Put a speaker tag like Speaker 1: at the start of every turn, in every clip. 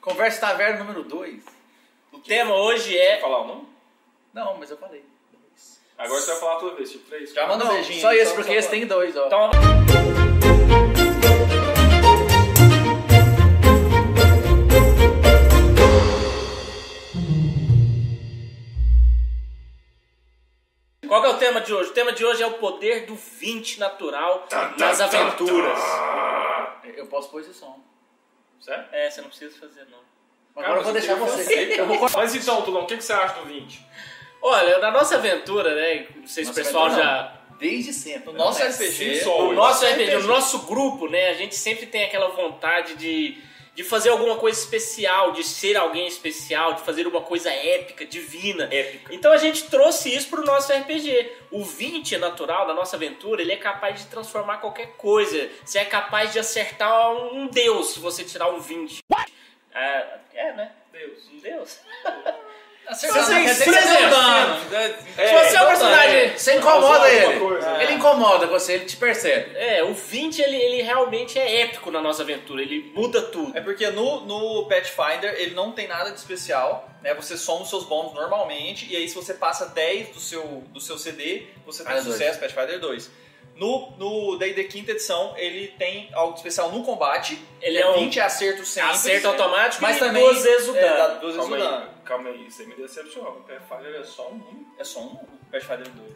Speaker 1: Conversa Taverna número 2.
Speaker 2: O tema hoje
Speaker 3: Quer
Speaker 2: é.
Speaker 3: falar o nome?
Speaker 1: Não, mas eu falei.
Speaker 3: Agora você vai falar toda vez, tipo três.
Speaker 1: Já
Speaker 3: quatro.
Speaker 1: manda um
Speaker 2: Não,
Speaker 1: beijinho.
Speaker 2: só
Speaker 1: Só
Speaker 2: esse,
Speaker 1: esse,
Speaker 2: porque
Speaker 1: porque
Speaker 2: esse
Speaker 1: esse
Speaker 2: tem
Speaker 1: tem dois, ó.
Speaker 3: Então,
Speaker 2: Qual que é o tema de hoje? O tema de hoje é o poder do 20 natural
Speaker 1: Tá,
Speaker 2: nas aventuras.
Speaker 1: Eu posso pôr esse som.
Speaker 3: certo?
Speaker 2: É, você não precisa fazer, não.
Speaker 1: Agora eu vou deixar você.
Speaker 3: Eu vou... Mas então, Tulão, o que, que você acha do 20?
Speaker 2: Olha, na nossa aventura, né? Não sei se o
Speaker 1: Nossa
Speaker 2: pessoal
Speaker 1: aventura
Speaker 2: já.
Speaker 1: Desde sempre. é assim,
Speaker 4: O nosso
Speaker 1: Acontece.
Speaker 4: RPG.
Speaker 3: Só
Speaker 2: O
Speaker 3: hoje.
Speaker 2: nosso RPG, o nosso grupo, né? A gente sempre tem aquela vontade de, de fazer alguma coisa especial, de ser alguém especial, de fazer uma coisa épica, divina.
Speaker 3: Épica.
Speaker 2: Então a gente trouxe isso pro nosso RPG. O 20 natural da nossa aventura, ele é capaz de transformar qualquer coisa. Você é capaz de acertar um deus se você tirar um 20. É, é né?
Speaker 3: Deus.
Speaker 2: Um deus.
Speaker 1: Acertar,
Speaker 2: Você
Speaker 1: não quer dizer que
Speaker 2: ensina
Speaker 1: você é
Speaker 2: ele.
Speaker 1: humano.
Speaker 2: Se você é um personagem
Speaker 1: Você incomoda
Speaker 3: Alguma
Speaker 1: ele.
Speaker 3: coisa, né?
Speaker 1: Ele incomoda você, ele te percebe.
Speaker 2: É, o 20 ele, ele realmente é épico na nossa aventura, ele muda tudo.
Speaker 4: É porque no, no Pathfinder ele não tem nada de especial, né? Você soma os seus bônus normalmente, e aí se você passa 10 do seu, do seu CD, você tem
Speaker 1: Ah,
Speaker 4: sucesso, Pathfinder 2. No, no D&D quinta edição, ele tem algo de especial no combate,
Speaker 2: Ele é um
Speaker 4: 20 acertos sempre. é.
Speaker 2: Acerto automático,
Speaker 4: Mas
Speaker 2: e
Speaker 4: também-
Speaker 2: duas vezes o
Speaker 4: É, dá
Speaker 2: dano.
Speaker 4: duas vezes
Speaker 3: Calma
Speaker 4: o dano.
Speaker 3: aí, calma aí, você me decepcionou. O Pathfinder é só um número.
Speaker 4: É só um Pathfinder 2.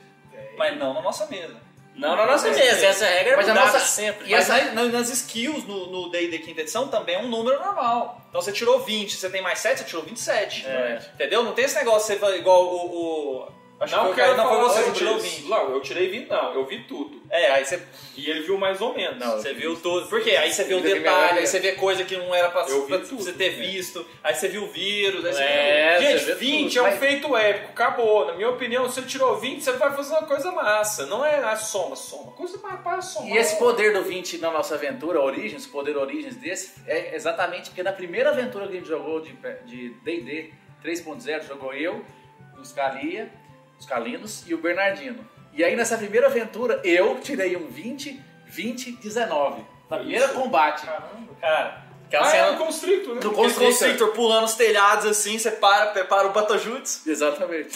Speaker 4: Mas não na nossa mesa.
Speaker 2: Não na nossa mesa, essa regra
Speaker 1: É, Mas
Speaker 2: é
Speaker 1: a
Speaker 2: mudada
Speaker 1: nossa-
Speaker 2: sempre.
Speaker 1: e
Speaker 2: Mas-
Speaker 4: Mas aí, na- nas skills no no D&D quinta edição também é um número normal. Então você tirou 20, você tem mais 7, você tirou 27.
Speaker 2: É.
Speaker 4: Entendeu? Não tem esse negócio você vai igual o... o acho que foi o Caio, não foi
Speaker 3: falar
Speaker 4: você que
Speaker 3: sobre
Speaker 4: tirou
Speaker 3: isso.
Speaker 4: 20.
Speaker 3: Não, eu tirei 20, não. Eu vi tudo.
Speaker 4: É, aí você,
Speaker 3: E ele viu mais ou menos.
Speaker 1: Não,
Speaker 4: você viu tudo. Por quê? Aí você vê o
Speaker 1: Eu vi
Speaker 4: detalhe,
Speaker 1: minha-
Speaker 4: aí você vê coisa que não era pra,
Speaker 3: Eu vi
Speaker 4: pra
Speaker 3: tudo,
Speaker 4: você ter
Speaker 3: né?
Speaker 4: visto. Aí você viu o vírus, aí você
Speaker 2: É, você
Speaker 4: viu...
Speaker 2: vê
Speaker 4: Gente, 20
Speaker 3: 20 é um feito épico, acabou. Na minha opinião, se você tirou 20, você vai fazer uma coisa massa. Não é a soma, soma. Coisa para, para somar.
Speaker 1: E esse poder do 20 na nossa aventura, Origins, o poder Origins desse, é exatamente porque na primeira aventura que a gente jogou de de D&D 3.0, jogou eu, os Calia, os Calinos e o Bernardino. E aí nessa primeira aventura, eu tirei um 20, 20, 19. Na primeira
Speaker 3: Isso.
Speaker 1: combate.
Speaker 3: Caramba.
Speaker 4: Cara, aquela
Speaker 3: Ah, é
Speaker 4: cena
Speaker 3: um constrito, né?
Speaker 1: Do
Speaker 4: aquele
Speaker 1: Constrictor.
Speaker 4: Constrictor pulando os telhados assim, você para, prepara o Batajutsu.
Speaker 1: Exatamente.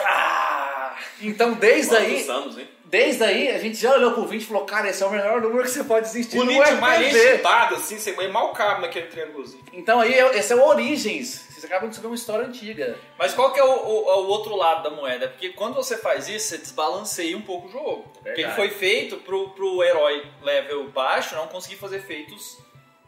Speaker 1: Então desde aí,
Speaker 3: anos, hein?
Speaker 1: desde aí, a gente já olhou pro 20 e falou, cara, esse é o melhor número que você pode existir é no
Speaker 3: Bonito demais,
Speaker 1: RPG.
Speaker 3: excitado, assim, sem mãe, mal cabe naquele triângulozinho.
Speaker 1: Então aí, esse é o Origins. Vocês acabam de descobrir uma história antiga.
Speaker 4: Mas qual que é o, o- o outro lado da moeda? Porque quando você faz isso, você desbalanceia um pouco o jogo. Porque ele foi feito pro, pro herói level baixo não conseguir fazer feitos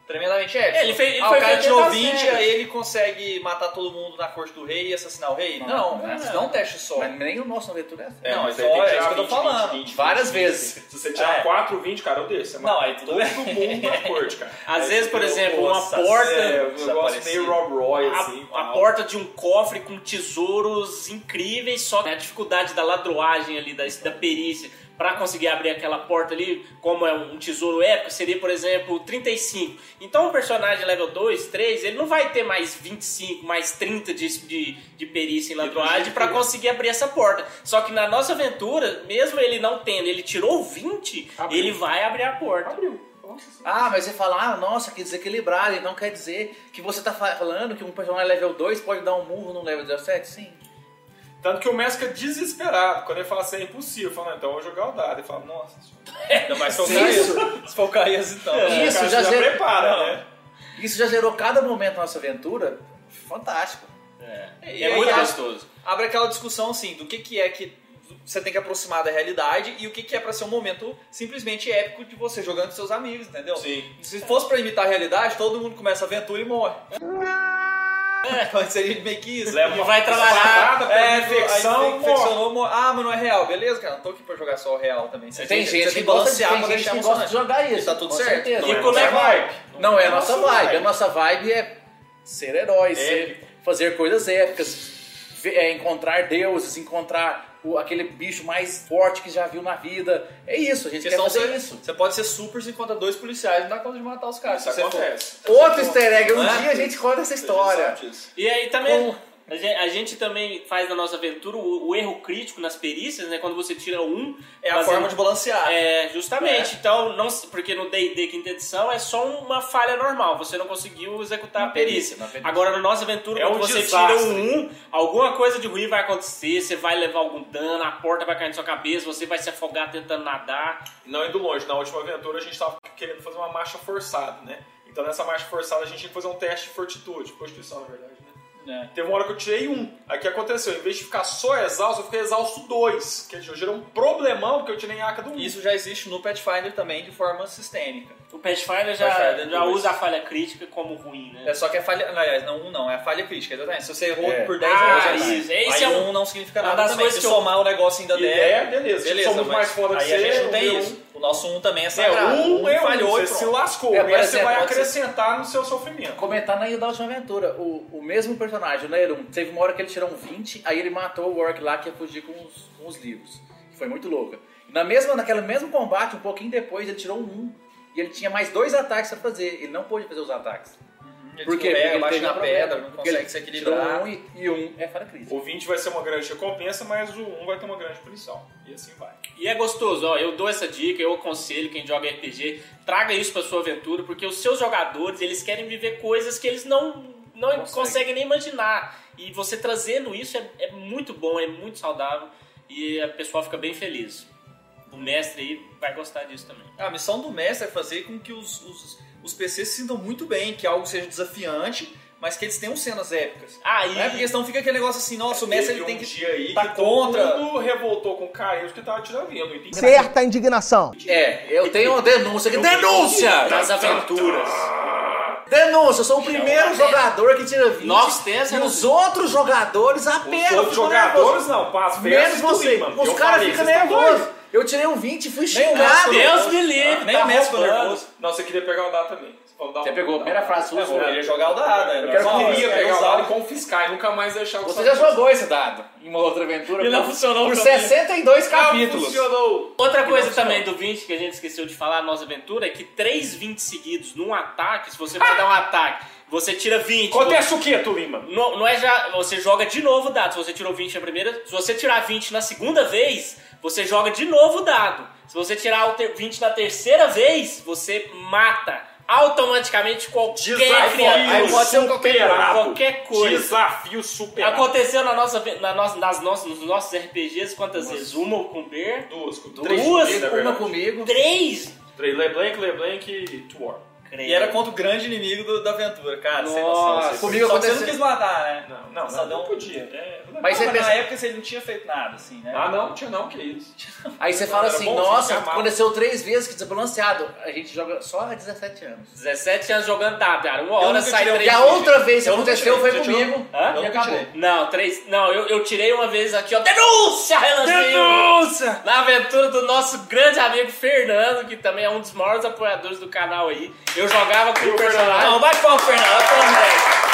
Speaker 4: tremendamente épicos.
Speaker 2: É, ele fez- ele
Speaker 4: ah,
Speaker 2: foi
Speaker 4: o cara
Speaker 2: feito
Speaker 4: tirou
Speaker 2: das
Speaker 4: 20,
Speaker 2: regras.
Speaker 4: aí ele consegue matar todo mundo na corte do rei e assassinar o rei?
Speaker 1: Não,
Speaker 4: Não,
Speaker 1: não é
Speaker 4: isso
Speaker 1: nada.
Speaker 4: não é um teste só.
Speaker 1: Mas nem o nosso na aventura é essa.
Speaker 4: Não,
Speaker 3: mas
Speaker 4: só-
Speaker 3: aí tem
Speaker 4: é
Speaker 3: tirar
Speaker 4: isso que eu tô
Speaker 3: 20,
Speaker 4: falando.
Speaker 3: 20, 20,
Speaker 1: Várias
Speaker 3: 20.
Speaker 1: vezes.
Speaker 3: Se você tirar
Speaker 4: É.
Speaker 3: 4, 20, cara, eu desço. Você
Speaker 4: Não, é.
Speaker 3: mata
Speaker 4: aí tudo
Speaker 3: todo mundo na corte, cara.
Speaker 2: Às
Speaker 3: Aí
Speaker 2: vezes,
Speaker 3: você
Speaker 2: por
Speaker 3: vê o-
Speaker 2: exemplo, uma
Speaker 4: nossa,
Speaker 2: porta.
Speaker 3: É, um
Speaker 4: Isso
Speaker 3: negócio
Speaker 4: aparecido.
Speaker 3: meio Rob Roy,
Speaker 2: a,
Speaker 3: assim.
Speaker 2: a
Speaker 3: tal.
Speaker 2: porta de um cofre com tesouros incríveis, só que a dificuldade da ladroagem ali, da, da perícia, pra conseguir abrir aquela porta ali, como é um tesouro épico, seria, por exemplo, 35. Então, um personagem level 2, 3, ele não vai ter mais 25, mais 30 de, de, de perícia em ladroagem pra conseguir abrir essa porta. Só que na nossa aventura, mesmo ele não tendo, ele tirou 20,
Speaker 3: Abriu.
Speaker 2: ele vai abrir a porta.
Speaker 3: Abriu. Nossa senhora.
Speaker 1: Ah, mas você fala, ah, nossa, que desequilibrado. Então quer dizer que você tá fa- falando que um personagem level 2 pode dar um murro num level 17? Sim.
Speaker 3: Tanto que o Messi fica desesperado. Quando ele fala assim, é impossível. Eu falo, não, então eu vou jogar o dado. Ele fala, nossa senhora.
Speaker 4: Ainda mais se for o
Speaker 1: Sim.
Speaker 4: Caías. Se for o Caías, então.
Speaker 1: É. Isso,
Speaker 3: O cara
Speaker 1: já zero-
Speaker 3: prepara,
Speaker 4: Não.
Speaker 3: né?
Speaker 1: Isso já gerou cada momento da nossa aventura fantástico.
Speaker 4: É,
Speaker 2: É muito
Speaker 4: gostoso.
Speaker 2: gostoso.
Speaker 4: abre aquela discussão assim do que, que é que você tem que aproximar da realidade e o que, que é pra ser um momento simplesmente épico de você jogando com seus amigos, entendeu?
Speaker 3: Sim.
Speaker 4: Se fosse pra imitar a realidade, todo mundo começa a aventura e morre. Então seria meio que isso.
Speaker 3: Leva
Speaker 2: E vai trabalhar.
Speaker 3: Parada,
Speaker 4: É,
Speaker 3: pega infecção,
Speaker 4: aí
Speaker 3: morre.
Speaker 4: infeccionou, morre. Ah, mas não é real, beleza, cara? Não tô aqui pra jogar só o real também. Você
Speaker 1: Tem gente
Speaker 4: você tem
Speaker 1: que
Speaker 4: que
Speaker 1: gosta de,
Speaker 4: balancear
Speaker 1: tem
Speaker 4: pra
Speaker 1: gente
Speaker 4: deixar
Speaker 1: que gosta de
Speaker 4: emocionante.
Speaker 1: jogar isso.
Speaker 4: Tá tudo
Speaker 1: com
Speaker 4: certo.
Speaker 1: certeza.
Speaker 3: Não
Speaker 2: E
Speaker 3: é
Speaker 2: como é
Speaker 3: nossa
Speaker 2: que vai?
Speaker 1: Não é a nossa vibe. A nossa vibe é ser herói, ser,
Speaker 3: Épico.
Speaker 1: fazer coisas épicas, ve- é, encontrar deuses, encontrar o- aquele bicho mais forte que já viu na vida. É isso, a gente
Speaker 4: Porque
Speaker 1: quer
Speaker 4: senão
Speaker 1: fazer
Speaker 4: você,
Speaker 1: isso.
Speaker 4: você pode ser super se encontra dois policiais, não dá conta de matar os caras.
Speaker 3: Isso
Speaker 4: Se é você for-
Speaker 3: acontece.
Speaker 1: Outro easter egg, um
Speaker 4: Não é?
Speaker 1: dia a gente conta essa
Speaker 3: Você já
Speaker 1: história.
Speaker 3: sabe disso.
Speaker 2: E aí também
Speaker 1: Com-
Speaker 2: A gente, a gente também faz na nossa aventura o, o erro crítico nas perícias, né? Quando você tira um.
Speaker 4: É a
Speaker 2: fazendo-
Speaker 4: forma de balancear.
Speaker 2: É, justamente. Então, não, se- porque no DD quinta edição é só uma falha normal, você não conseguiu executar a
Speaker 1: Na
Speaker 2: perícia.
Speaker 1: perícia, na perícia.
Speaker 2: Agora, na nossa aventura,
Speaker 3: É
Speaker 2: quando
Speaker 3: um
Speaker 2: você
Speaker 3: desastre.
Speaker 2: tira um 1, alguma coisa de ruim vai acontecer, você vai levar algum dano, a porta vai cair na sua cabeça, você vai se afogar tentando nadar.
Speaker 3: Não indo longe, na última aventura a gente tava querendo fazer uma marcha forçada, né? Então nessa marcha forçada a gente tinha que fazer um teste de fortitude, constituição na verdade, né?
Speaker 1: É.
Speaker 3: Teve uma hora que eu tirei um. Aí o que aconteceu? Em vez de ficar só exausto, eu fiquei exausto dois. Que gerou um problemão porque eu tirei a aca do um.
Speaker 4: Isso já existe no Pathfinder também de forma sistêmica.
Speaker 2: O Pathfinder é já,
Speaker 4: Pathfinder
Speaker 2: já
Speaker 4: dois.
Speaker 2: usa a falha crítica como ruim, né?
Speaker 4: É só que é falha. Aliás, não um não, é a falha crítica, exatamente. Se você errou
Speaker 1: É.
Speaker 4: por 10
Speaker 2: Ah,
Speaker 4: horas,
Speaker 2: isso.
Speaker 4: aí
Speaker 2: Esse é um-
Speaker 4: um não significa
Speaker 2: uma
Speaker 4: nada
Speaker 2: das
Speaker 4: também.
Speaker 2: coisas
Speaker 4: Se
Speaker 2: que eu-
Speaker 4: somar um, o negócio ainda
Speaker 3: E
Speaker 4: der.
Speaker 3: é, beleza. Se
Speaker 4: Beleza,
Speaker 3: eu sou muito
Speaker 4: mas
Speaker 3: mais foda que
Speaker 4: aí
Speaker 3: você.
Speaker 4: a gente não
Speaker 3: eu-
Speaker 4: tem isso. O nosso um também é
Speaker 3: É,
Speaker 4: sagrado.
Speaker 3: um, é um,
Speaker 4: falhou e
Speaker 3: você se
Speaker 4: pronto.
Speaker 3: lascou.
Speaker 1: É,
Speaker 3: e aí
Speaker 1: por
Speaker 3: você
Speaker 1: exemplo,
Speaker 3: vai
Speaker 1: pode ser-
Speaker 3: acrescentar no seu sofrimento.
Speaker 1: Comentar na da última aventura, o, o mesmo personagem, o Nerum, teve uma hora que ele tirou um 20, aí ele matou o Orc lá que ia fugir com os, com os livros. Foi muito louca. Na mesma, naquele mesmo combate, um pouquinho depois, ele tirou um 1 e ele tinha mais dois ataques pra fazer. Ele não pôde fazer os ataques.
Speaker 4: Ele
Speaker 1: Por quê?
Speaker 4: pega,
Speaker 1: ele
Speaker 4: bate
Speaker 1: teve
Speaker 4: na
Speaker 1: um problema,
Speaker 4: pedra, não
Speaker 1: porque
Speaker 4: consegue
Speaker 1: ele
Speaker 4: se
Speaker 1: Tirou
Speaker 4: equilibrar.
Speaker 1: um e, e um é fora crise.
Speaker 3: O 20 vai ser uma grande recompensa, mas o 1 vai ter uma grande punição. E assim vai.
Speaker 2: E é gostoso, ó, eu dou essa dica, eu aconselho quem joga RPG, traga isso pra sua aventura, porque os seus jogadores, eles querem viver coisas que eles não, não
Speaker 1: Consegue.
Speaker 2: conseguem nem imaginar. E você trazendo isso é, é muito bom, é muito saudável, e a pessoa fica bem feliz. O mestre aí vai gostar disso também.
Speaker 4: A missão do mestre é fazer com que os, os, os PCs se sintam muito bem, que algo seja desafiante, mas que eles tenham cenas épicas.
Speaker 2: Aí,
Speaker 4: Não é porque senão fica aquele negócio assim, nossa, o mestre
Speaker 3: Teve
Speaker 4: ele
Speaker 3: um
Speaker 4: tem que
Speaker 3: dia aí
Speaker 4: tá
Speaker 3: que
Speaker 4: contra.
Speaker 3: todo mundo revoltou com o Caio que tava tirando. Eu não entendi.
Speaker 5: Certa indignação.
Speaker 1: É, eu tenho uma denúncia aqui. Denúncia! Tá,
Speaker 2: nas aventuras.
Speaker 1: Denúncia, eu sou o primeiro jogador que tira 20.
Speaker 2: Nós temos
Speaker 1: E
Speaker 2: essa
Speaker 1: os outros jogadores
Speaker 3: Os
Speaker 1: apenas.
Speaker 3: outros
Speaker 1: ficam
Speaker 3: jogadores não, passa
Speaker 1: Menos você. Os caras ficam nervosos. Eu tirei um 20 e fui xingado.
Speaker 4: Nem o
Speaker 2: Deus me livre,
Speaker 4: Nem
Speaker 2: tá
Speaker 4: o mestre ficou
Speaker 2: roubando.
Speaker 4: nervoso.
Speaker 3: Nossa, eu queria pegar o dado também.
Speaker 1: Você pegou a primeira frase
Speaker 4: Eu
Speaker 1: sua.
Speaker 4: queria jogar o dado, né?
Speaker 3: Eu quero
Speaker 4: Normal,
Speaker 3: queria
Speaker 4: eu
Speaker 3: pegar o
Speaker 4: usava.
Speaker 3: dado e confiscar e nunca mais deixar o
Speaker 1: Você
Speaker 3: que
Speaker 1: já
Speaker 3: só-
Speaker 1: jogou esse dado em uma outra aventura.
Speaker 2: E não
Speaker 1: por-
Speaker 2: funcionou
Speaker 1: Por
Speaker 2: pra mim.
Speaker 1: 62
Speaker 3: Ah,
Speaker 1: capítulos.
Speaker 3: funcionou.
Speaker 2: Outra coisa também do 20 que a gente esqueceu de falar na nossa aventura é que 3 20 seguidos num ataque, se você vai dar um ataque, você tira 20.
Speaker 3: Acontece o que, Tulima?
Speaker 2: Não, não é já. Você joga de novo o dado. Se você tirou 20 na primeira, se você tirar 20 na segunda vez, você joga de novo o dado. Se você tirar o ter- 20 na terceira vez, você mata automaticamente qualquer
Speaker 3: Desafio
Speaker 2: criatura.
Speaker 1: pode ser
Speaker 3: superado.
Speaker 2: qualquer coisa.
Speaker 3: Desafio superado.
Speaker 2: Aconteceu na nossa, na nossa, nas nossas, nos nossos RPGs quantas vezes? Uma com o Bear,
Speaker 3: Duas, com
Speaker 2: Três,
Speaker 1: Duas,
Speaker 2: na
Speaker 1: uma comigo.
Speaker 2: três.
Speaker 3: Três, LeBlanc, LeBlanc e Tuor.
Speaker 4: E era contra o grande inimigo do- da aventura, cara. sem
Speaker 2: Nossa,
Speaker 4: noção, sem-
Speaker 1: comigo
Speaker 4: Só que você não
Speaker 1: aconteceu-
Speaker 4: quis matar, né?
Speaker 3: Não, não,
Speaker 4: Só
Speaker 3: não,
Speaker 4: deu um-
Speaker 3: não podia. É,
Speaker 1: Mas
Speaker 4: Não,
Speaker 1: você
Speaker 4: na
Speaker 1: pensa-
Speaker 4: época você não tinha feito nada, assim, né?
Speaker 3: Ah, não, tinha não, que isso.
Speaker 1: Aí você fala
Speaker 3: Era
Speaker 1: assim,
Speaker 3: bom,
Speaker 1: nossa,
Speaker 3: você amava.
Speaker 1: aconteceu três vezes que desbalanceado. A gente joga só há 17 anos.
Speaker 2: 17 anos jogando dado, cara. Uma
Speaker 4: Eu
Speaker 2: hora
Speaker 4: nunca
Speaker 2: sai
Speaker 4: tirei um
Speaker 2: três.
Speaker 1: E a
Speaker 2: vezes.
Speaker 1: outra vez que
Speaker 4: Eu nunca
Speaker 1: aconteceu
Speaker 4: tirei, um
Speaker 1: foi
Speaker 4: você tirou?
Speaker 1: comigo.
Speaker 2: Hã?
Speaker 1: E
Speaker 4: nunca
Speaker 1: acabou.
Speaker 4: tirei.
Speaker 2: Não, três. Não, eu, eu tirei uma vez aqui, ó. Denúncia, Relanzinho!
Speaker 1: Denúncia!
Speaker 2: Na aventura do nosso grande amigo Fernando, que também é um dos maiores apoiadores do canal aí. Eu jogava com o personagem.
Speaker 4: Não, bate palma, Fernando. Bate palma, moleque.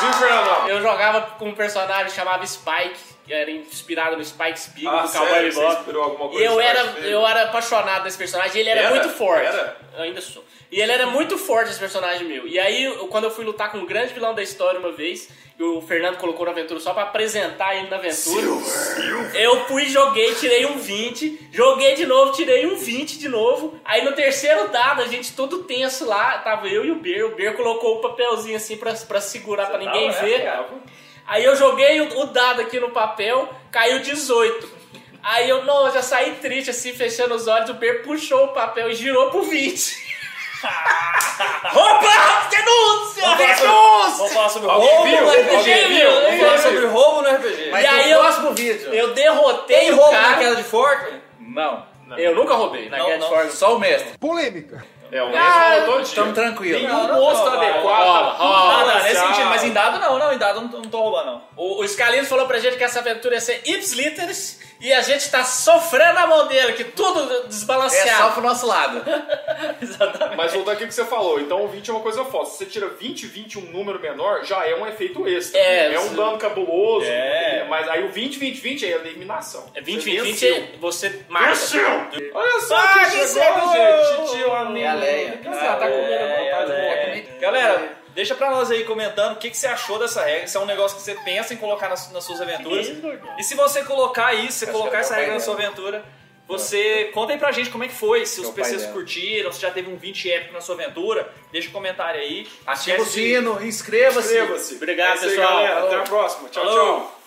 Speaker 3: Viu, Fernando?
Speaker 2: Eu jogava com um personagem que chamava Spike, que era inspirado no Spike Spiegel
Speaker 3: Ah,
Speaker 2: do Cowboy
Speaker 3: sério, você
Speaker 2: Bebop.
Speaker 3: inspirou alguma coisa?
Speaker 2: E eu
Speaker 3: que
Speaker 2: era,
Speaker 3: faz feio?
Speaker 2: eu era apaixonado desse personagem, e ele era,
Speaker 3: Era?
Speaker 2: muito forte.
Speaker 3: Era?
Speaker 2: Eu ainda sou. E ele era muito forte, esse personagem meu. E aí, eu- quando eu fui lutar com um grande vilão da história uma vez, e o Fernando colocou na aventura só pra apresentar ele na aventura. Eu fui, joguei, tirei um 20, joguei de novo, tirei um 20 de novo. Aí no terceiro dado, a gente todo tenso lá, tava eu e o Ber. O Ber colocou o papelzinho assim pra, pra segurar, pra ninguém
Speaker 4: tava, né,
Speaker 2: ver.
Speaker 4: cara?
Speaker 2: Aí eu joguei o, o dado aqui no papel, caiu 18. Aí eu, não, eu já saí triste, assim, fechando os olhos, o Per puxou o papel e girou pro 20. Opa! Denúncia!
Speaker 4: Vamos falar sobre-
Speaker 2: Denúncia!
Speaker 4: Vamos falar sobre
Speaker 3: Alguém
Speaker 4: roubo
Speaker 3: viu?
Speaker 4: no
Speaker 3: Alguém
Speaker 4: RPG.
Speaker 2: viu?
Speaker 4: Vamos falar
Speaker 2: Alguém
Speaker 4: sobre roubo no RPG.
Speaker 1: Mas
Speaker 2: E aí
Speaker 1: no
Speaker 2: eu-
Speaker 1: próximo vídeo.
Speaker 2: Eu derrotei
Speaker 4: tem
Speaker 2: o
Speaker 4: roubo
Speaker 2: cara.
Speaker 4: na queda de forca?
Speaker 1: Não.
Speaker 2: Eu nunca roubei na
Speaker 4: Não,
Speaker 2: Get
Speaker 4: não.
Speaker 2: Force.
Speaker 1: Só o mestre.
Speaker 5: Polêmica.
Speaker 2: um
Speaker 3: É, o mesmo
Speaker 2: Cara,
Speaker 3: falou todo
Speaker 1: Estamos
Speaker 3: dia.
Speaker 1: tranquilos.
Speaker 4: Não,
Speaker 3: Nenhum
Speaker 4: não,
Speaker 3: mosto
Speaker 4: não,
Speaker 2: rola,
Speaker 3: adequado.
Speaker 2: rola.
Speaker 4: Ah, não, nesse
Speaker 3: tchau.
Speaker 4: sentido. Mas em dado não, não. Em dado eu não, não tô roubando, não.
Speaker 2: O, o Scalino falou pra gente que essa aventura ia ser ips literis e a gente tá sofrendo a mão dele, que tudo
Speaker 1: É só
Speaker 2: desbalanceado.
Speaker 1: pro nosso lado.
Speaker 3: Mas voltando aqui que você falou, então o 20 é uma coisa falsa. Se você tira 20, 20 um número menor, já é um efeito extra.
Speaker 2: É,
Speaker 3: um
Speaker 2: se-
Speaker 3: dano cabuloso.
Speaker 4: É.
Speaker 3: Mas aí o 20, 20, 20 é eliminação.
Speaker 2: É 20,
Speaker 3: Você
Speaker 2: 20,
Speaker 3: venceu.
Speaker 2: 20 você marca.
Speaker 3: Venceu! Olha só
Speaker 4: Ah,
Speaker 3: que
Speaker 4: que
Speaker 3: chegou,
Speaker 4: chegou!
Speaker 3: gente. Titio,
Speaker 1: É a Leia.
Speaker 3: Ela tá comendo à
Speaker 4: É,
Speaker 3: vontade.
Speaker 4: é,
Speaker 3: boa.
Speaker 4: é. Galera, Deixa pra nós aí comentando o que, que você achou dessa regra, se é um negócio que você pensa em colocar nas, nas suas aventuras. E se você colocar isso, se você
Speaker 1: Acho que
Speaker 4: colocar
Speaker 1: é meu
Speaker 4: essa
Speaker 1: pai
Speaker 4: regra
Speaker 1: dela.
Speaker 4: na sua aventura, você conta aí pra gente como é que foi, se os
Speaker 1: Meu pai
Speaker 4: PCs
Speaker 1: dela.
Speaker 4: curtiram, se já teve um 20 épico na sua aventura, deixa um comentário aí.
Speaker 1: Ativa o
Speaker 4: Esquece de-
Speaker 1: sino, inscreva-se.
Speaker 3: Inscreva-se.
Speaker 2: Obrigado,
Speaker 3: é isso aí,
Speaker 2: pessoal.
Speaker 3: galera. Até
Speaker 1: Falou.
Speaker 3: a próxima. Tchau,
Speaker 4: Falou.
Speaker 3: tchau.